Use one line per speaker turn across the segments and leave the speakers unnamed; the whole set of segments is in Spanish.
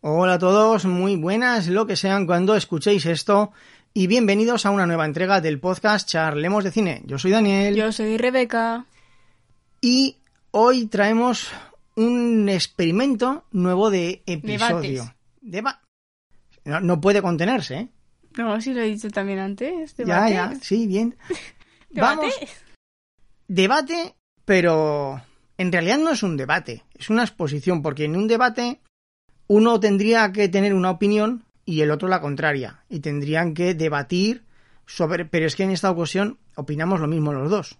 Hola a todos, muy buenas, lo que sean cuando escuchéis esto y bienvenidos a una nueva entrega del podcast Charlemos de Cine. Yo soy Daniel
Yo soy Rebeca.
y hoy traemos un experimento nuevo de episodio. Deba- no, no puede contenerse, ¿eh?
No, si lo he dicho también antes.
Ya,
¿debates?
ya, sí, bien. Vamos,
¿Debates?
debate, pero en realidad no es un debate, es una exposición, porque en un debate uno tendría que tener una opinión y el otro la contraria, y tendrían que debatir sobre... Pero es que en esta ocasión opinamos lo mismo los dos.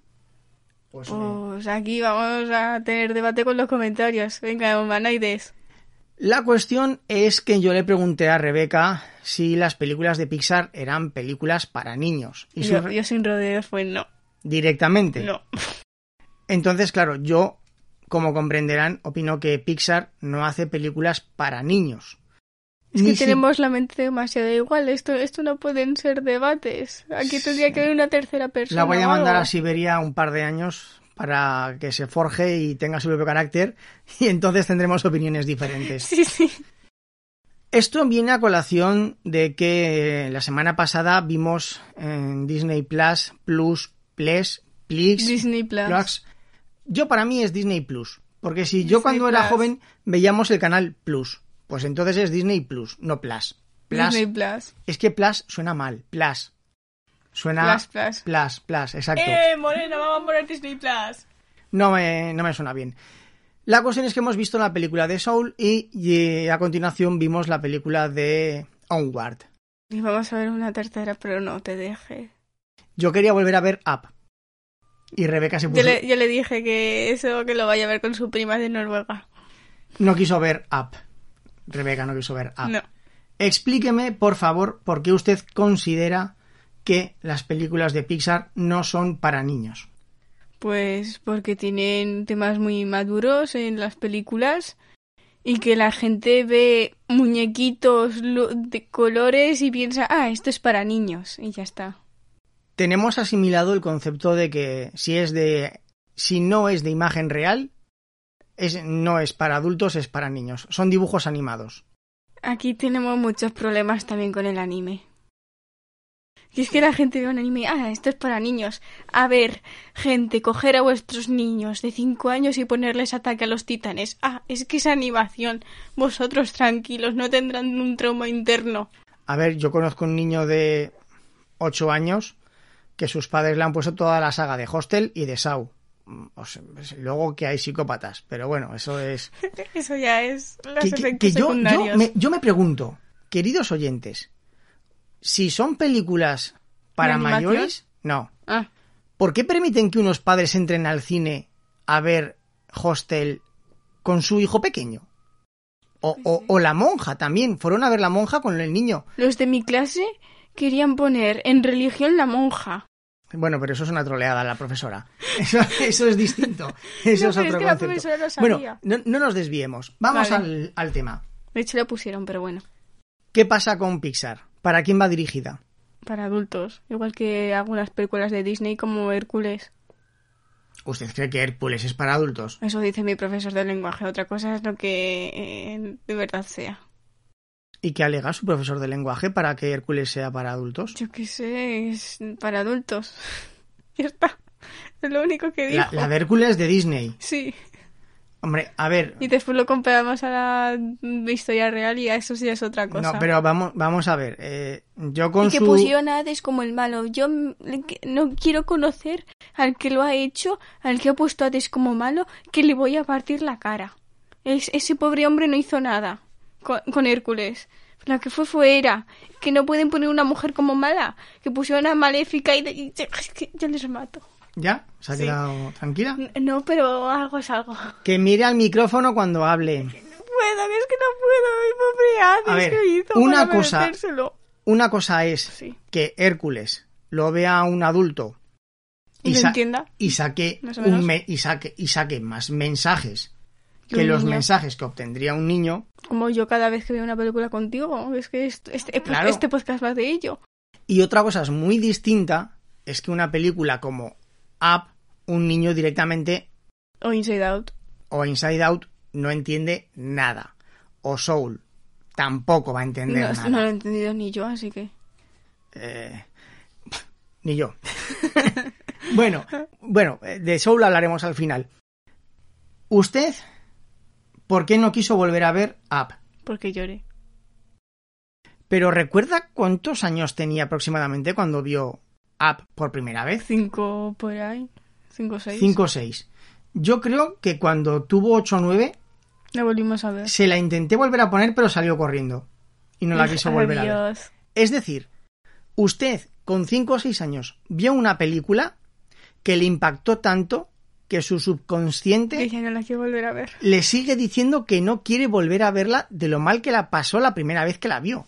Pues, eh,
Pues aquí vamos a tener debate con los comentarios. Venga, humanoides.
La cuestión es que yo le pregunté a Rebeca si las películas de Pixar eran películas para niños. Y su-
Yo, yo sin rodeos, pues no.
Directamente.
No.
Entonces, claro, yo, como comprenderán, opino que Pixar no hace películas para niños.
Es
Ni
que
si-
tenemos la mente demasiado igual. Esto, esto no pueden ser debates. Aquí tendría que haber una tercera persona.
La voy a
o
mandar
algo.
a Siberia un par de años para que se forje y tenga su propio carácter y entonces tendremos opiniones diferentes.
Sí, sí.
Esto viene a colación de que la semana pasada vimos en Disney Plus, Plus, Ples, Plix,
Disney Plus.
Plus. Yo para mí es Disney Plus, porque si yo
Disney
cuando era
Plus.
joven veíamos el canal Plus, pues entonces es Disney Plus, no Plus. Plus
Disney Plus.
es que Plus suena mal, Plus. Suena
Plus, Plus.
Plus, Plus, exacto.
¡Eh, Morena! Vamos a poner Disney Plus.
No me, no me suena bien. La cuestión es que hemos visto la película de Soul y, y a continuación vimos la película de Onward.
Y vamos a ver una tercera, pero no te deje.
Yo quería volver a ver Up. Y Rebeca se
Yo
puso,
le, yo le dije que eso que lo vaya a ver con su prima de Noruega.
no quiso ver Up. Rebeca no quiso ver Up.
No.
Explíqueme, por favor, por qué usted considera que las películas de Pixar no son para niños.
Pues porque tienen temas muy maduros en las películas y que la gente ve muñequitos lu- de colores y piensa, ah, esto es para niños y ya está.
Tenemos asimilado el concepto de que si es de si no es de imagen real, es, no es para adultos, es para niños. Son dibujos animados.
Aquí tenemos muchos problemas también con el anime. Y es que la gente ve un anime, ah, esto es para niños. A ver, gente, coger a vuestros niños de 5 años y ponerles ataque a los titanes. Ah, es que es animación. Vosotros tranquilos, no tendrán un trauma interno.
A ver, yo conozco un niño de 8 años que sus padres le han puesto toda la saga de Hostel y de Saw. Mm, o sea, pues, luego que hay psicópatas, pero bueno, eso es
Eso ya es los
que, que- que
efectos
yo,
secundarios.
yo me, yo me pregunto, queridos oyentes, si son películas para
¿De animación?
mayores, no.
Ah,
¿Por qué permiten que unos padres entren al cine a ver Hostel con su hijo pequeño? O,
Pues
o- o la monja también. Fueron a ver la monja con el niño.
los de mi clase querían poner en religión la monja.
Bueno, pero eso es una troleada, la profesora. Eso, eso es distinto. Eso
No,
es
pero
otro
es que la
concepto.
profesora lo sabía.
bueno, no, no nos desviemos. Vamos
Vale.
al- al tema.
De hecho la pusieron, pero bueno,
¿Qué pasa con Pixar? ¿Para quién va dirigida?
para adultos. Igual que algunas películas de Disney como Hércules.
¿Usted cree que Hércules es para adultos?
Eso dice mi profesor de lenguaje. Otra cosa es lo que eh, de verdad sea.
¿Y qué alega su profesor de lenguaje para que Hércules sea para adultos?
Yo qué sé, es para adultos. ya está. Es lo único que dijo.
La, la de Hércules de Disney.
Sí.
Hombre, a ver.
Y después lo comparamos a la mm, historia real y a eso sí es otra cosa.
No, pero vamos, vamos a ver. eh, yo con
y que
su.
pusieron a Hades como el malo. Yo mm, que- no quiero conocer al que lo ha hecho, al que ha puesto a Hades como malo, que le voy a partir la cara. Es- ese pobre hombre no hizo nada con, con Hércules. La que fue fue Hera, que no pueden poner una mujer como mala, que pusieron a Maléfica y, y- es que yo les mato.
¿Ya? ¿Se ha quedado tranquila?
N- No, pero algo es algo. No
Que mire al micrófono cuando hable.
puedo, es que no puedo, mi pobre Hades,
A ver,
que hizo
una
para
cosa-
merecérselo.
Una cosa es
Sí.
que Hércules lo vea un adulto
Y lo
sa-
entienda.
y saque,
Más o menos.
un me- y saque, y saque más mensajes
Que
que
un
los
niño.
mensajes que obtendría un niño,
Como yo cada vez que veo una película contigo, es que est- este,
Claro.
este podcast va de ello.
Y otra cosa es muy distinta es que una película como Up, un niño directamente
O Inside Out.
o Inside Out no entiende nada. O Soul, tampoco va a entender
No,
nada.
no lo he entendido ni yo, así que.
Eh, ni yo. bueno, bueno, eh, de Soul hablaremos al final. ¿Usted por qué no quiso volver a ver Up?
Porque lloré.
Pero recuerda cuántos años tenía aproximadamente cuando vio Up por primera vez.
Cinco por ahí. Cinco o seis.
5 o 6. Yo creo que cuando tuvo 8 o 9
La volvimos a ver.
se la intenté volver a poner pero salió corriendo. Y no la quiso volver a ver.
Adiós.
Es decir, usted con 5 o 6 años vio una película que le impactó tanto que su subconsciente
Dije, no la quiero volver a ver.
le sigue diciendo que no quiere volver a verla de lo mal que la pasó la primera vez que la vio.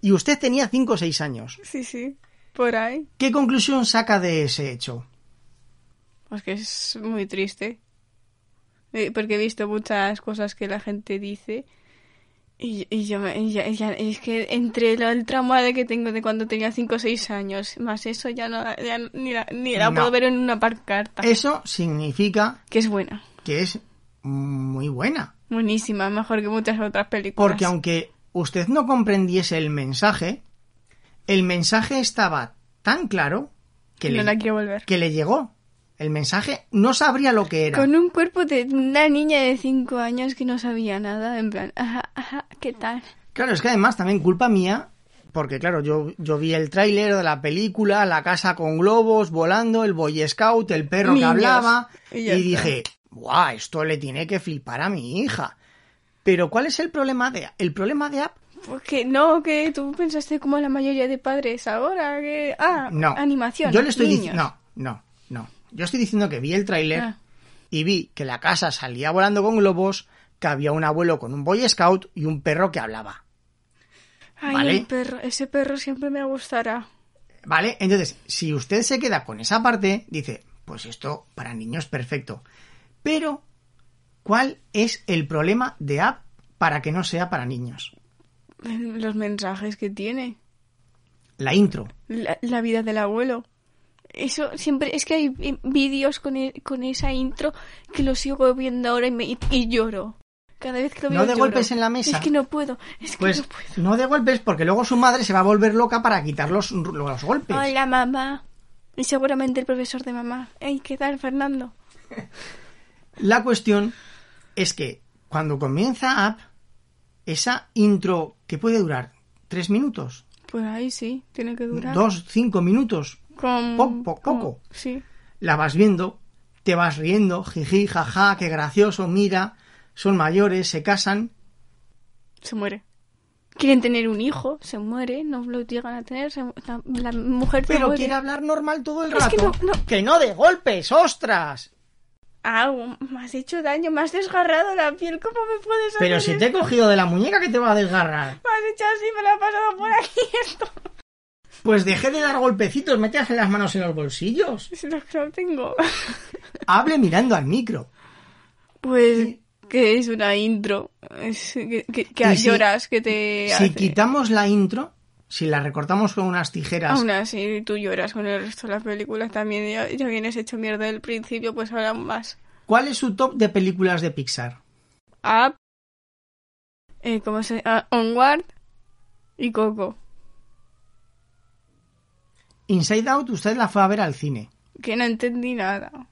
Y usted tenía 5 o 6 años.
Sí, sí. Por ahí.
¿Qué conclusión saca de ese hecho?
Pues que es muy triste. Eh, Porque he visto muchas cosas que la gente dice. Y, y yo me- y ya- y ya- es que entre lo- el trauma de que tengo de cuando tenía 5 o 6 años, más eso ya no ya ni la, ni la
No.
puedo ver en una par carta.
Eso significa
Que es buena.
que es muy buena.
Buenísima, mejor que muchas otras películas.
Porque aunque usted no comprendiese el mensaje, el mensaje estaba tan claro que,
no
le,
la quiero volver.
que le llegó. El mensaje no sabría lo que era.
Con un cuerpo de una niña de 5 años que no sabía nada, en plan, ajá, ajá, ¿qué tal?
Claro, es que además también culpa mía, porque claro, yo, yo vi el tráiler de la película, la casa con globos, volando, el Boy Scout, el perro que
Niños.
hablaba,
Y
y,
ya está.
dije, ¡guau! Esto le tiene que flipar a mi hija. Pero ¿cuál es el problema de el problema de App?
Pues que no, que tú pensaste como la mayoría de padres ahora, que... Ah,
No.
animación.
Yo le estoy
niños.
diciendo. No, no, no. Yo estoy diciendo que vi el tráiler
Ah.
y vi que la casa salía volando con globos, que había un abuelo con un boy scout y un perro que hablaba.
Ay,
¿Vale?
el perro, ese perro siempre me gustará.
¿Vale? Entonces, si usted se queda con esa parte, dice, pues esto para niños perfecto. Pero, ¿cuál es el problema de app para que no sea para niños?
Los mensajes que tiene.
La intro.
La, la vida del abuelo. Eso siempre... Es que hay vi- vídeos con, e- con esa intro que lo sigo viendo ahora y, me, y, y lloro. Cada vez que lo
No
veo
de
lloro.
golpes en la mesa.
Es que no puedo, es que
Pues
no puedo.
no de golpes, porque luego su madre se va a volver loca para quitar los, los golpes.
Hola, mamá. Y seguramente el profesor de mamá. Ay, ¿qué tal, Fernando?
La cuestión es que cuando comienza App, esa intro que puede durar tres minutos,
Pues ahí sí, tiene que durar.
dos, cinco minutos,
Con...
Poco, poco.
con- Sí.
la vas viendo, te vas riendo, jiji, jaja, qué gracioso, mira, son mayores, se casan,
se muere. Quieren tener un hijo, se muere, no lo llegan a tener, se mu- la, la mujer se
pero
muere.
quiere hablar normal todo el
Es
rato.
que no, no.
¡Que no de golpes, ostras.
Ah, me has hecho daño, me has desgarrado la piel, ¿cómo me puedes hacer
Pero si te he
esto?
cogido de la muñeca que te va a desgarrar.
Me has hecho así, me la has pasado por aquí esto.
Pues dejé de dar golpecitos, métase las manos en los bolsillos.
Si no, no tengo.
Hable mirando al micro.
Pues que es una intro, es que, que- que
Y si-
lloras, que te
Si
hace-
quitamos la intro, si la recortamos con unas tijeras
Aún así, tú lloras con el resto de las películas también. Ya, ya vienes hecho mierda del principio, pues ahora más.
¿Cuál es su top de películas de Pixar?
Up, eh, ¿cómo se ah, Onward y Coco.
Inside Out usted la fue a ver al cine.
Que no entendí nada.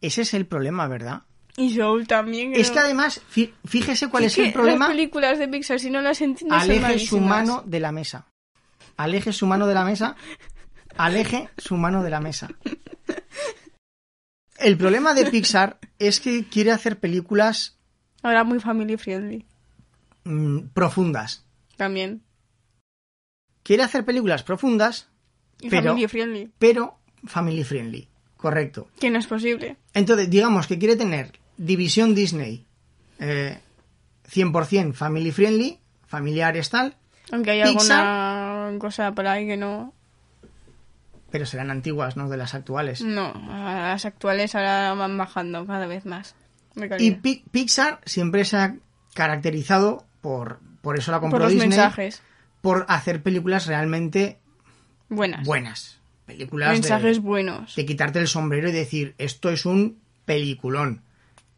Ese es el problema, ¿verdad?
Y Soul también.
Es que
no-
además, fí- fíjese cuál
Sí,
es
que
el problema.
Las películas de Pixar, si no las entiendes, son
Aleje su
malísimas.
mano de la mesa. Aleje su mano de la mesa. Aleje su mano de la mesa. El problema de Pixar es que quiere hacer películas
Ahora muy family friendly.
mm, profundas.
También.
Quiere hacer películas profundas,
Y
Pero-
family friendly.
pero family friendly. Correcto.
Que no es posible.
Entonces, digamos que quiere tener división Disney eh, 100% family friendly, familiares tal,
Aunque hay
Pixar-
alguna cosa por ahí que no.
pero serán antiguas, no de las actuales.
No, a las actuales ahora van bajando cada vez más. De
Y
calidad.
Pi- Pixar siempre se ha caracterizado por, por eso la compró
por los
Disney,
mensajes.
por hacer películas realmente
Buenas.
buenas. Películas de-
mensajes buenos.
de quitarte el sombrero y decir, esto es un peliculón.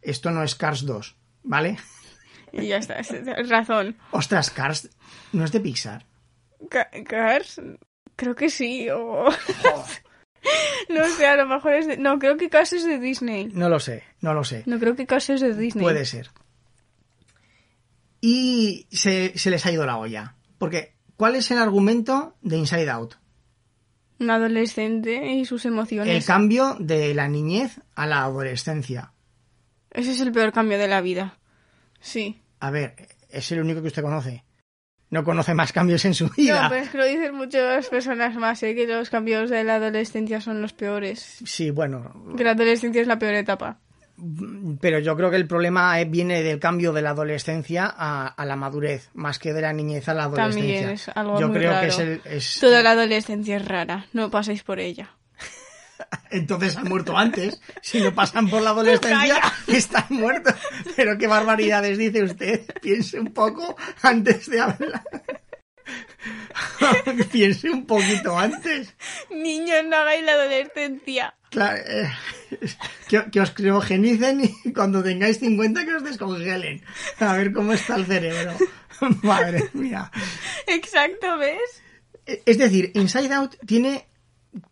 Esto no es Cars 2, ¿vale?
Y ya está, es- es razón.
Ostras, Cars, ¿no es de Pixar?
Ca- Cars, creo que sí, o... no sé, a lo mejor es de... No, creo que Cars es de Disney.
No lo sé, no lo sé.
No, creo que Cars es de Disney.
Puede ser. Y se, se les ha ido la olla. Porque, ¿cuál es el argumento de Inside Out?
Un adolescente y sus
El
emociones.
cambio de la niñez a la adolescencia.
Ese es el peor cambio de la vida. Sí.
A ver, es el único que usted conoce. No conoce más cambios en su vida.
No, pues. pero es que lo dicen muchas personas más, ¿eh? que los cambios de la adolescencia son los peores.
Sí, bueno,
Que la adolescencia es la peor etapa.
pero yo creo que el problema eh, viene del cambio de la adolescencia a, a la madurez, más que de la niñez a la
También
adolescencia.
es algo
yo
muy
creo que
raro.
es el... es-
Toda la adolescencia es rara, no paséis por ella.
Entonces han muerto antes. Si no pasan por la adolescencia, están muertos. Pero qué barbaridades dice usted. Piense un poco antes de hablar. Piense un poquito antes.
Niños, no hagáis la adolescencia.
Claro, eh, que, que os criogenicen y cuando tengáis 50 que os descongelen. A ver cómo está el cerebro. Madre mía.
Exacto, ¿ves?
Es decir, Inside Out tiene.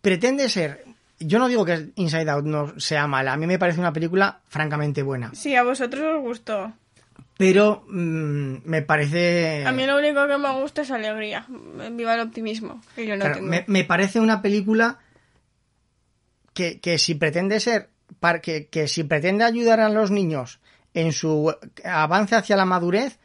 pretende ser. Yo no digo que Inside Out no sea mala. A mí me parece una película francamente buena.
Sí, a vosotros os gustó.
Pero mm, me parece.
A mí lo único que me gusta es alegría. Viva el optimismo. que yo no
claro,
tengo.
me, me parece una película que, que si pretende ser. par- que, que si pretende ayudar a los niños en su avance hacia la madurez,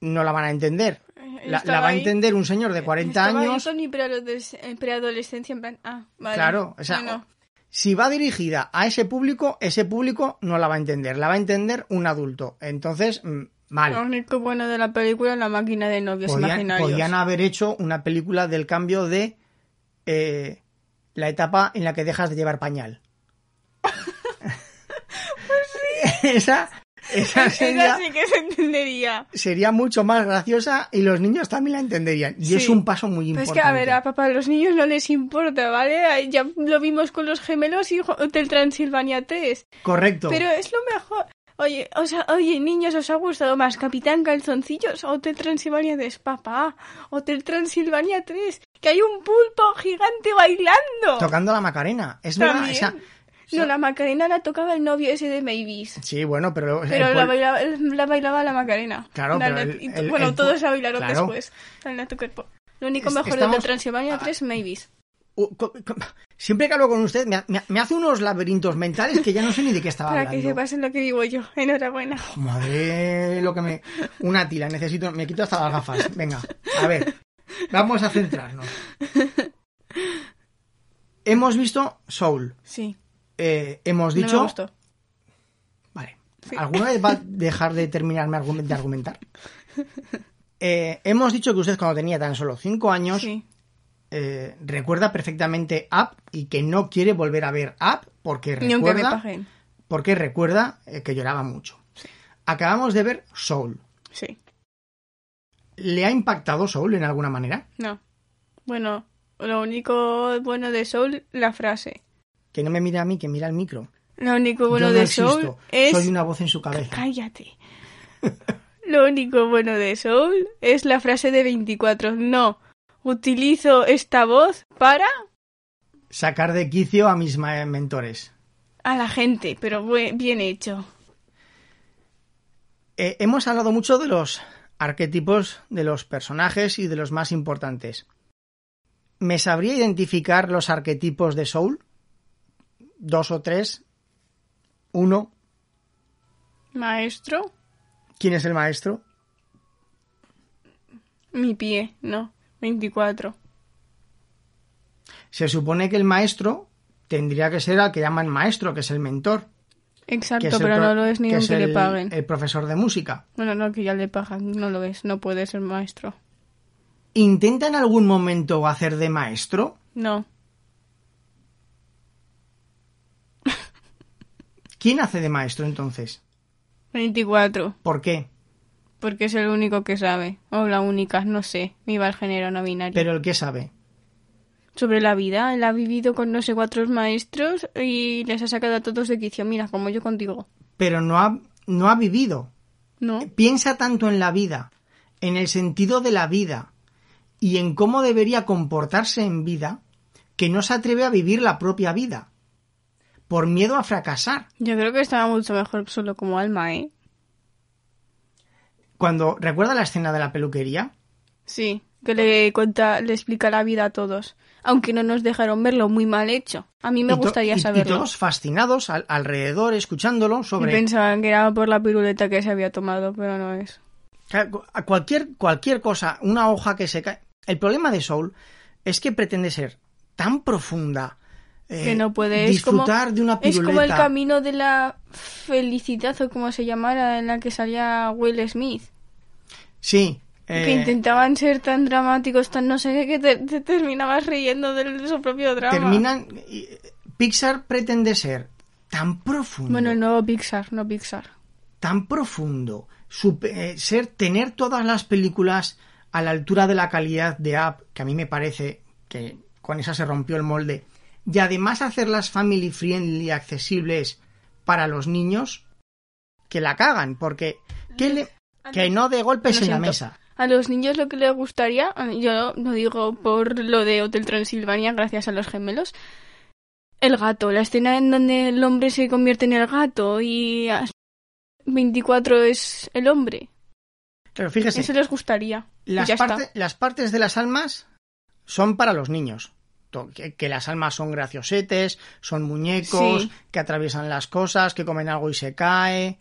no la van a entender. La,
Eh, Estaba
la va a
ahí-
entender un señor de 40
estaba ahí
años.
con mi preadoles- eh, preadolescencia, en plan, ah, vale.
Claro, o sea,
Bueno,
Si va dirigida a ese público, ese público no la va a entender, la va a entender un adulto. Entonces, mm,
lo
mal.
único bueno de la película es la máquina de novios
Podían,
imaginarios.
podían haber hecho una película del cambio de eh, la etapa en la que dejas de llevar pañal. esa esa
Esa
sería,
sí que se entendería.
sería mucho más graciosa y los niños también la entenderían. Y es
Sí.
un paso muy
Pero
importante.
es que, a ver, a papá, a los niños no les importa, ¿vale? Ay, Ya lo vimos con los gemelos y Hotel Transilvania 3.
Correcto.
Pero es lo mejor. Oye, os ha- oye, niños, ¿os ha gustado más Capitán Calzoncillos o Hotel Transilvania 3, papá? Hotel Transilvania 3, que hay un pulpo gigante bailando.
Tocando la Macarena. Es verdad.
También.
esa-
no, la Macarena la tocaba el novio ese de Mavis.
Sí, bueno, pero... el
Pero la
pueblo-
bailaba, la bailaba la Macarena.
Claro,
La-
pero
la-
el-
y-
el-
bueno,
el pu-
todos la bailaron
claro.
después. La tocó el po- Lo único
Es-
mejor de
estamos-
Hotel Transilvania 3, Mavis.
Uh, co- co- Siempre que hablo con usted me, ha- me ha- me hace unos laberintos mentales que ya no sé ni de qué estaba
Para que
hablando.
sepas en lo que digo yo. Enhorabuena.
Madre, lo que me... Una tila, necesito... Me quito hasta las gafas. Venga, a ver. Vamos a centrarnos. Hemos visto Soul.
Sí,
Eh, hemos
no me
dicho...
gustó.
vale.
Sí.
¿Alguna vez va a dejar de terminarme argumen- de argumentar? Eh, hemos dicho que usted cuando tenía tan solo 5 años
Sí.
eh, recuerda perfectamente Up y que no quiere volver a ver Up porque
Ni aunque me
recuerda
paguen.
porque recuerda eh, que lloraba mucho. Acabamos de ver Soul.
Sí.
¿Le ha impactado Soul en alguna manera?
No. Bueno, lo único bueno de Soul, la frase.
Que no me mira a mí, que mira al micro.
Lo único bueno
Yo no
de
existo,
Soul es...
Soy una voz en su cabeza.
Cállate. lo único bueno de Soul es la frase de 24. No. Utilizo esta voz para
Sacar de quicio a mis ma- mentores.
a la gente, pero bue- bien hecho.
Eh, hemos hablado mucho de los arquetipos de los personajes y de los más importantes. ¿Me sabría identificar los arquetipos de Soul? ¿Dos o tres? ¿Uno?
Maestro,
¿Quién es el maestro?
mi pie, no. 24.
Se supone que el maestro tendría que ser al que llaman maestro, que es el mentor. Que
Exacto,
es el
pero
pro-
no lo es ni
que es
aunque le
el-
paguen.
El profesor de música.
Bueno, no, que ya le pagan, no lo es, no puede ser maestro.
¿Intenta en algún momento hacer de maestro?
No,
¿Quién hace de maestro entonces?
24.
¿Por qué?
Porque es el único que sabe, o la única, no sé, viva el género no binario.
Pero el que sabe.
Sobre la vida, él ha vivido con no sé cuatro maestros y les ha sacado a todos de quicio. Mira, como yo contigo.
Pero no ha, no ha vivido.
No.
piensa tanto en la vida, en el sentido de la vida y en cómo debería comportarse en vida, que no se atreve a vivir la propia vida, por miedo a fracasar.
Yo creo que estaba mucho mejor solo como alma, ¿eh?
Cuando recuerda la escena de la peluquería,
Sí, que le cuenta, le explica la vida a todos. Aunque no nos dejaron verlo muy mal hecho. A mí me
y to-
gustaría
y- y
saberlo.
todos fascinados al- alrededor, escuchándolo
Y
sobre
pensaban que era por la piruleta que se había tomado, pero no es.
Claro, cu- a cualquier, cualquier cosa, una hoja que se cae. El problema de Soul es que pretende ser tan profunda. eh,
que no puede es como-
disfrutar de una piruleta.
Es como el camino de la felicidad o como se llamara en la que salía Will Smith.
Sí. eh,
Que intentaban ser tan dramáticos, tan no sé qué, que te, te terminabas reyendo del- de su propio drama.
terminan. y- eh, Pixar pretende ser tan profundo.
Bueno, el nuevo Pixar, no Pixar.
tan profundo, supe- eh, ser tener todas las películas a la altura de la calidad de App, que a mí me parece que con esa se rompió el molde, y además hacerlas family friendly, accesibles para los niños, que la cagan, porque que, le- que no de golpes
Lo
en la
siento.
mesa.
A los niños lo que les gustaría, yo lo digo por lo de Hotel Transilvania, gracias a los gemelos, el gato, la escena en donde el hombre se convierte en el gato y a- 24 es el hombre.
Pero fíjese,
Eso les gustaría. Y
las,
ya está.
parte- las partes de las almas son para los niños. To- Que, que las almas son graciosetes, son muñecos,
Sí.
que atraviesan las cosas, que comen algo y se cae.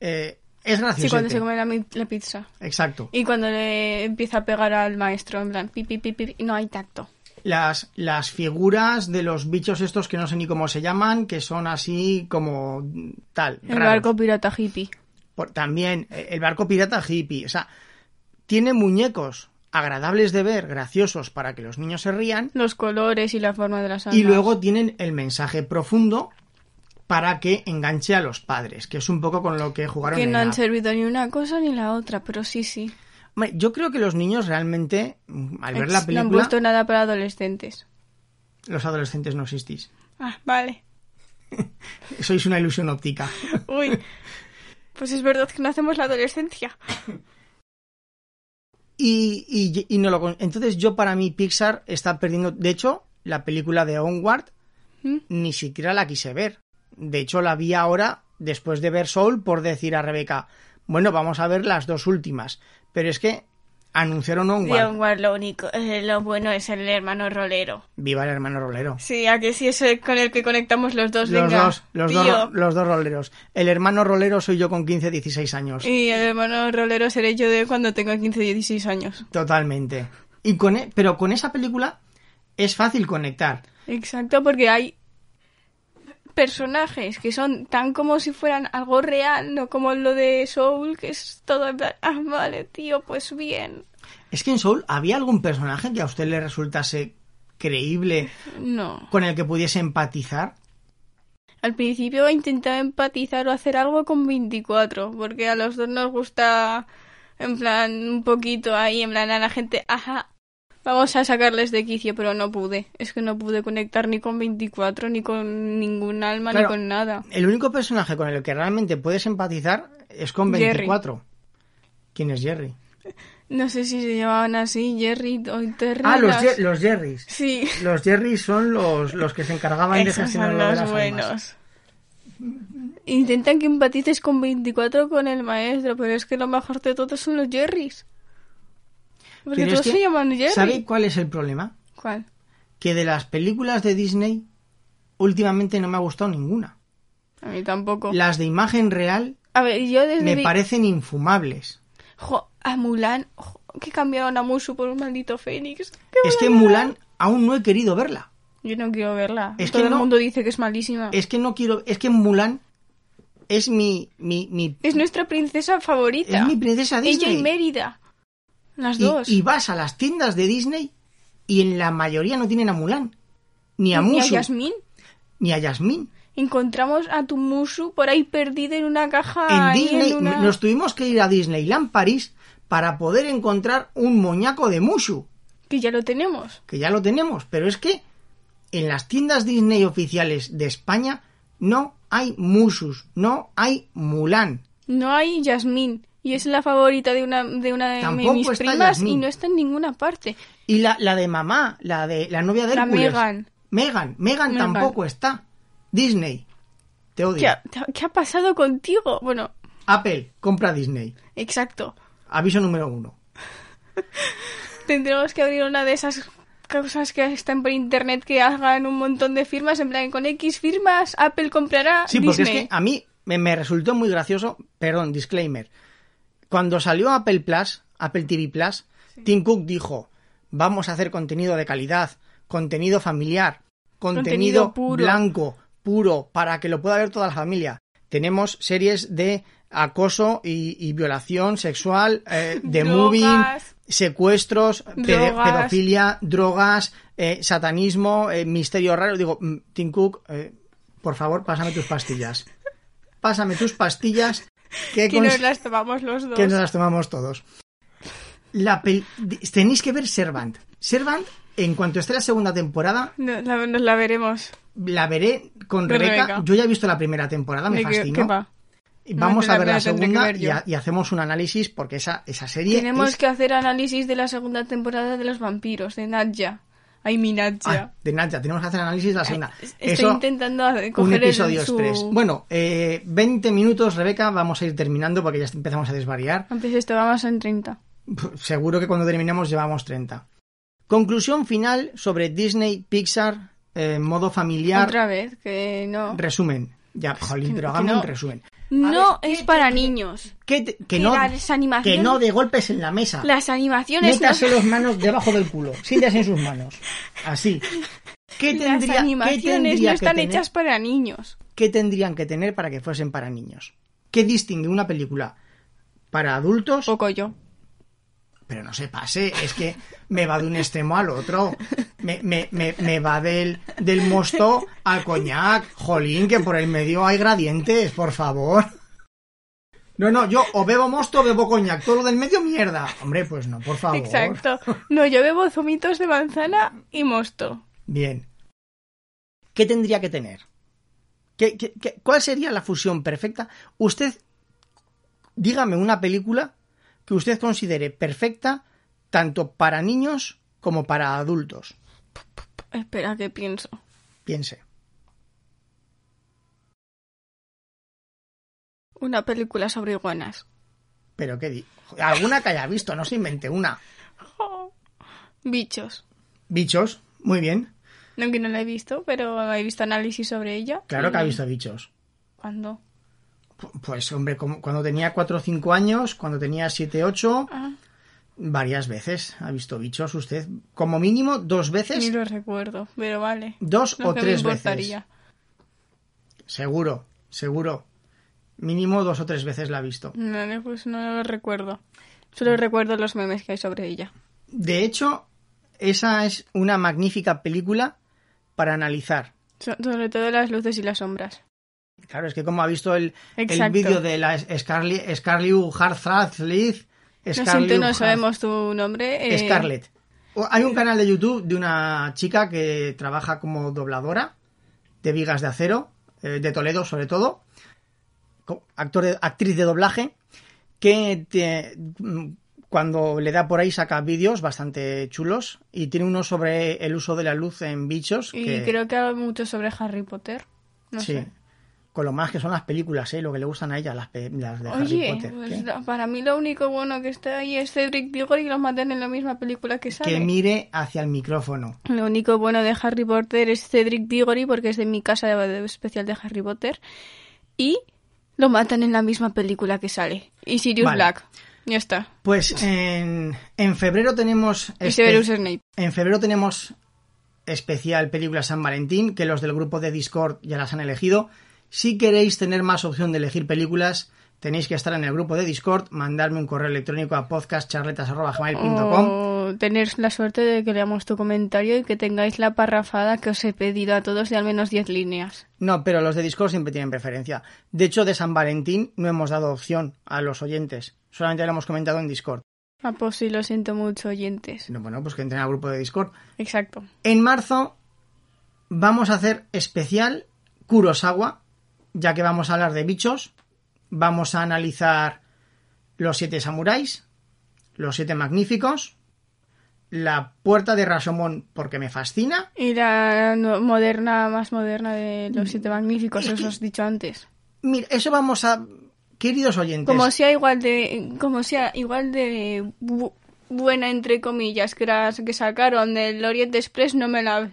Eh, es
Sí,
graciosete.
cuando se come la, mi- la pizza.
Exacto.
Y cuando le empieza a pegar al maestro, en plan, pi, pi, pi, pi, y no hay tacto.
Las, las figuras de los bichos estos que no sé ni cómo se llaman, que son así como tal.
El
raros.
barco pirata hippie.
Por- también eh, el barco pirata hippie. O sea, tiene muñecos agradables de ver, graciosos, para que los niños se rían.
Los colores y la forma de las almas.
Y luego tienen el mensaje profundo para que enganche a los padres, que es un poco con lo que jugaron
Que
en
no han
la-
servido ni una cosa ni la otra, pero sí, sí.
Hombre, Yo creo que los niños realmente, mm, al ver la
Ex- No han
película,
puesto nada para adolescentes.
los adolescentes no existís.
Ah, vale.
Sois una ilusión óptica.
Uy. Pues es verdad que no hacemos la adolescencia.
Y, y- y no lo con- Entonces yo para mí Pixar está perdiendo... De hecho, la película de Onward
¿Mm?
ni siquiera la quise ver. De hecho, la vi ahora después de ver Soul por decir a Rebeca, bueno, vamos a ver las dos últimas. Pero es que anunciaron Onward.
War lo único, eh, lo bueno es el hermano rolero.
Viva el hermano rolero.
Sí, a que sí es el con el que conectamos los dos,
Los
Pues venga.
dos, los, dos,
tío.
ro- los dos roleros. El hermano rolero soy yo con 15, 16 años.
Y el hermano rolero seré yo de cuando tenga 15 o 16 años.
Totalmente. Y con, e- pero con esa película es fácil conectar.
Exacto, porque hay personajes que son tan como si fueran algo real, no como lo de Soul, que es todo en plan, ah, vale, tío, pues bien.
Es que en Soul había algún personaje que a usted le resultase creíble,
No.
con el que pudiese empatizar.
Al principio intentaba empatizar o hacer algo con 24, porque a los dos nos gusta, en plan, un poquito ahí, en plan, a la gente, ajá, vamos a sacarles de quicio, pero no pude. Es que no pude conectar ni con 24, ni con ningún alma,
Claro.
ni con nada.
El único personaje con el que realmente puedes empatizar es con
Jerry.
24. ¿Quién es Jerry?
No sé si se llamaban así, Jerry o Terry.
Ah, los, Jer- los Jerrys.
Sí,
Los Jerrys son los, los que se encargaban de
esos
gestionar
son
lo de
los
las almas.
buenos. Intentan que empatices con 24 con el maestro, pero es que lo mejor de todo son los Jerrys. Porque
Pero es
todos
que,
se llaman Jerry.
¿Sabe cuál es el problema?
¿Cuál?
que de las películas de Disney últimamente no me ha gustado ninguna.
A mí tampoco.
Las de imagen real
A ver, yo desde...
me
vi-
parecen infumables.
Jo, a Mulan, jo, que cambiaron a Mushu por un maldito Fénix. ¡Qué
Es que
barbaridad!
Mulan aún no he querido verla.
Yo no quiero verla.
Es que
Todo el
no.
mundo dice que es malísima. Es,
Es que no quiero, es que Mulan es mi mi mi
nuestra princesa favorita.
es mi princesa
Ella
Disney.
y Mérida. Las
Y-
dos.
Y, vas a las tiendas de Disney y en la mayoría no tienen a Mulan, ni a
Y
Mushu,
Yasmín.
ni a Yasmín.
Encontramos a tu Mushu por ahí perdido en una caja.
en
ahí
Disney
en una-
nos tuvimos que ir a Disneyland París para poder encontrar un moñaco de Mushu.
Que ya lo tenemos.
que ya lo tenemos, pero es que en las tiendas Disney oficiales de España no hay Musus, no hay Mulan.
No hay Yasmín. Y es la favorita de una de, una de
Tampoco
mis
está
primas y
Yasmín.
no está en ninguna parte.
Y la, la de mamá, la de la novia de
La
Hércules.
Megan.
Megan, Megan
Megan.
tampoco está. Disney, te odio.
¿Qué ha, qué ha pasado contigo? Bueno,
Apple, compra Disney.
exacto.
Aviso número uno.
Tendremos que abrir una de esas cosas que están por internet que hagan un montón de firmas. En plan, con X firmas, Apple comprará
Sí, porque
Disney.
es que a mí me, me resultó muy gracioso, perdón, disclaimer. Cuando salió Apple Plus, Apple TV Plus, Tim Cook dijo, vamos a hacer contenido de calidad, contenido familiar, contenido,
Contenido puro.
blanco, puro, para que lo pueda ver toda la familia. Tenemos series de acoso y, y violación sexual, eh, de
Drogas.
moving, secuestros, pede-
Drogas.
pedofilia, drogas, eh, satanismo, eh, misterio raro. Digo, mm, Tim Cook, eh, por favor, pásame tus pastillas. Pásame tus pastillas que,
Que nos
cons-
las tomamos los dos.
que nos las tomamos todos. La pel- di- Tenéis que ver Servant. Servant, en cuanto esté la segunda temporada,
No, la- nos la veremos.
la veré con
Con
Rebeca.
Rebeca.
Yo ya he visto la primera temporada, Ah, me
Pues De que-
fascinó.
que va.
Y Vamos
me
a
la-
ver
me
la
la tendré que
segunda
ver yo.
y, ha- y hacemos un análisis porque esa, esa serie
Tenemos
es-
que hacer análisis de la segunda temporada de Los Vampiros, de Nadja. Ay, mi
Ah,
Nadja.
de Nadja, tenemos que hacer análisis de la segunda.
Estoy
Eso,
intentando hacer-
un
coger el-
episodio
su...
express. Bueno, eh, 20 minutos, Rebeca, vamos a ir terminando porque ya empezamos a desvariar.
Antes estábamos en 30.
Pff, Seguro que cuando terminemos llevamos 30. Conclusión final sobre Disney, Pixar, eh, modo familiar.
Otra vez, que no.
Resumen. Ya, jolín,
que-
pero
que
hagamos un
no.
resumen.
No
ver,
es
¿qué-
para niños.
Que, te- que
Que
no,
las
que
animaciones-
no de golpes en la mesa.
Las animaciones no-
Métase las manos debajo del culo. Siéntase en sus manos. Así. ¿Qué
las
tendría, qué
animaciones
tendría
no
que
están
tener-
hechas para niños.
¿qué tendrían que tener para que fuesen para niños? ¿Qué distingue una película para adultos?
Poco yo.
Pero no se pase, es que me va de un extremo al otro. Me, me- me- me va del, del mosto al coñac. Jolín, que por el medio hay gradientes, por favor. No, no, yo o bebo mosto o bebo coñac. Todo lo del medio, mierda. Hombre, pues no, por favor.
Exacto. No, yo bebo zumitos de manzana y mosto.
Bien. ¿Qué tendría que tener? ¿Qué- qué- qué- cuál sería la fusión perfecta? Usted, dígame una película que usted considere perfecta tanto para niños como para adultos.
Espera, que pienso.
Piense.
Una película sobre iguanas.
Pero qué di. Alguna que haya visto, no se invente una.
Oh. Bichos.
Bichos, muy bien.
No, que no la he visto, pero he visto análisis sobre ella.
Claro que
Y-
ha visto bichos.
¿Cuándo?
Pu- Pues hombre, como- cuando tenía 4 o 5 años, cuando tenía 7 8,
Ah,
varias veces ha visto bichos usted. Como mínimo dos veces
ni lo recuerdo, pero vale.
Dos
No
o
que me
tres
importaría.
veces. Seguro, seguro. Mínimo dos o tres veces la ha visto.
No, no, pues no lo recuerdo. Solo recuerdo los memes que hay sobre ella.
De hecho, esa es una magnífica película para analizar.
So- sobre todo las luces y las sombras.
Claro, es que como ha visto el, el
Exacto.
vídeo de la Scarlett Scarlett Hartzlith,
Lo siento, no sabemos tu nombre. eh,
Scarlett. O- Hay un canal de YouTube de una chica que trabaja como dobladora de vigas de acero, eh, de Toledo sobre todo, co- actor de- actriz de doblaje, que te- mm, cuando le da por ahí saca vídeos bastante chulos y tiene uno sobre el uso de la luz en bichos.
Y
que-
creo que habla mucho sobre Harry Potter. No
sí.
sé.
Con lo más que son las películas, ¿eh? lo que le gustan a ella, las, pe- las de Harry
Oye,
Potter.
pues
que-
la- para mí lo único bueno que está ahí es Cedric Diggory y los matan en la misma película que sale.
que mire hacia el micrófono.
Lo único bueno de Harry Potter es Cedric Diggory porque es de mi casa de- de- especial de Harry Potter. Y lo matan en la misma película que sale. Y Sirius
Vale.
Black. Ya está.
Pues en, en febrero tenemos...
Y
este-
Severus Snape.
En febrero tenemos especial película San Valentín, que los del grupo de Discord ya las han elegido. Si queréis tener más opción de elegir películas, tenéis que estar en el grupo de Discord, mandarme un correo electrónico a podcastcharletas.gmail.com
O tener Oh, la suerte de que leamos tu comentario y que tengáis la parrafada que os he pedido a todos de al menos 10 líneas.
No, pero los de Discord siempre tienen preferencia. De hecho, de San Valentín no hemos dado opción a los oyentes. Solamente lo hemos comentado en Discord.
Ah, pues sí, lo siento mucho, oyentes.
No, Bueno, pues que entren al grupo de Discord.
Exacto.
En marzo vamos a hacer especial Kurosawa, ya que vamos a hablar de bichos, vamos a analizar Los siete samuráis, Los siete magníficos, La puerta de Rashomon porque me fascina.
Y la no- moderna, más moderna de los siete magníficos, os os he dicho antes.
Mira, eso vamos a... Queridos oyentes,
Como sea igual de, como sea igual de bu- buena entre comillas que las que sacaron del Orient Express, no me la,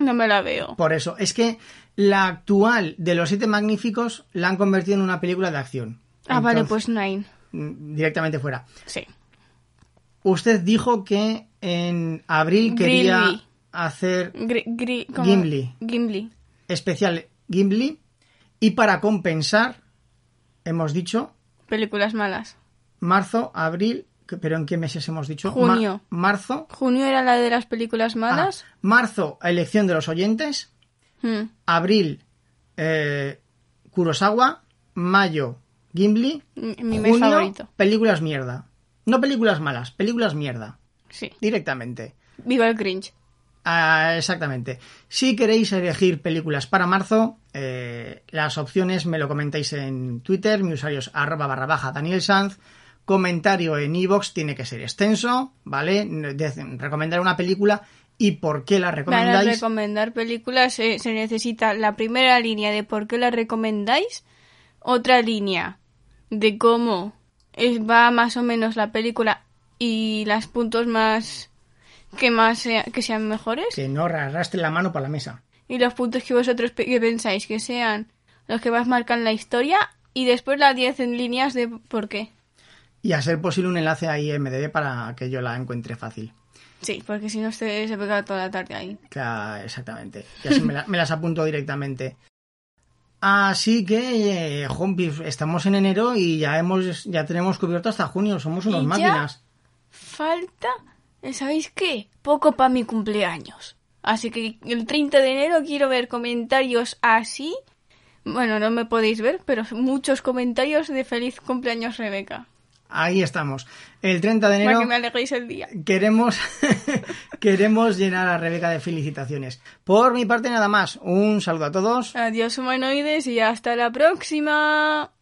no me la veo.
por eso, es que la actual de Los siete magníficos la han convertido en una película de acción.
Ah, vale,
Entonces,
pues Nine.
mm, Directamente fuera.
Sí.
Usted dijo que en abril quería
Grilby.
hacer
Gri- gri- ¿cómo?
Gimli.
Gimli.
especial Gimli y para compensar, hemos dicho,
Películas malas.
marzo, abril, que- pero ¿en qué meses hemos dicho? Ma-
Junio.
marzo.
Junio era la de las películas
ah,
malas.
marzo, elección de los oyentes.
Mm.
Abril, eh, Kurosawa. Mayo, Gimli.
Mi mi mes
Junio,
favorito.
películas mierda. No películas malas, películas mierda.
Sí.
Directamente.
Viva el cringe.
Ah, exactamente. Si queréis elegir películas para marzo, eh, las opciones me lo comentáis en Twitter, mi usuario es arroba barra baja Daniel Sanz. Comentario en iVoox tiene que ser extenso, ¿vale? De- recomendar una película y por qué la
Para
recomendáis.
recomendar películas eh, se necesita la primera línea de por qué la recomendáis, otra línea de cómo es, va más o menos la película y los puntos más que más sea- que sean mejores
que no arrastre la mano por la mesa.
y los puntos que vosotros pe- que pensáis que sean los que más marcan la historia y después las 10 en líneas de por qué.
Y a ser posible un enlace a IMDB para que yo la encuentre fácil.
Sí, porque si no se, se pega toda la tarde ahí.
Claro, exactamente. Y así me, la- me las apunto directamente. Así que, eh, Juanpis, estamos en enero y ya hemos, ya tenemos cubierto hasta junio. Somos unos
¿Y ya?
máquinas.
falta, ¿sabéis qué? Poco para mi cumpleaños. Así que el 30 de enero quiero ver comentarios así. Bueno, no me podéis ver, pero muchos comentarios de feliz cumpleaños Rebeca.
Ahí estamos. El 30 de
Para
enero
que me alegréis el día.
queremos, queremos llenar a Rebeca de felicitaciones. Por mi parte, nada más. Un saludo a todos.
Adiós humanoides y hasta la próxima.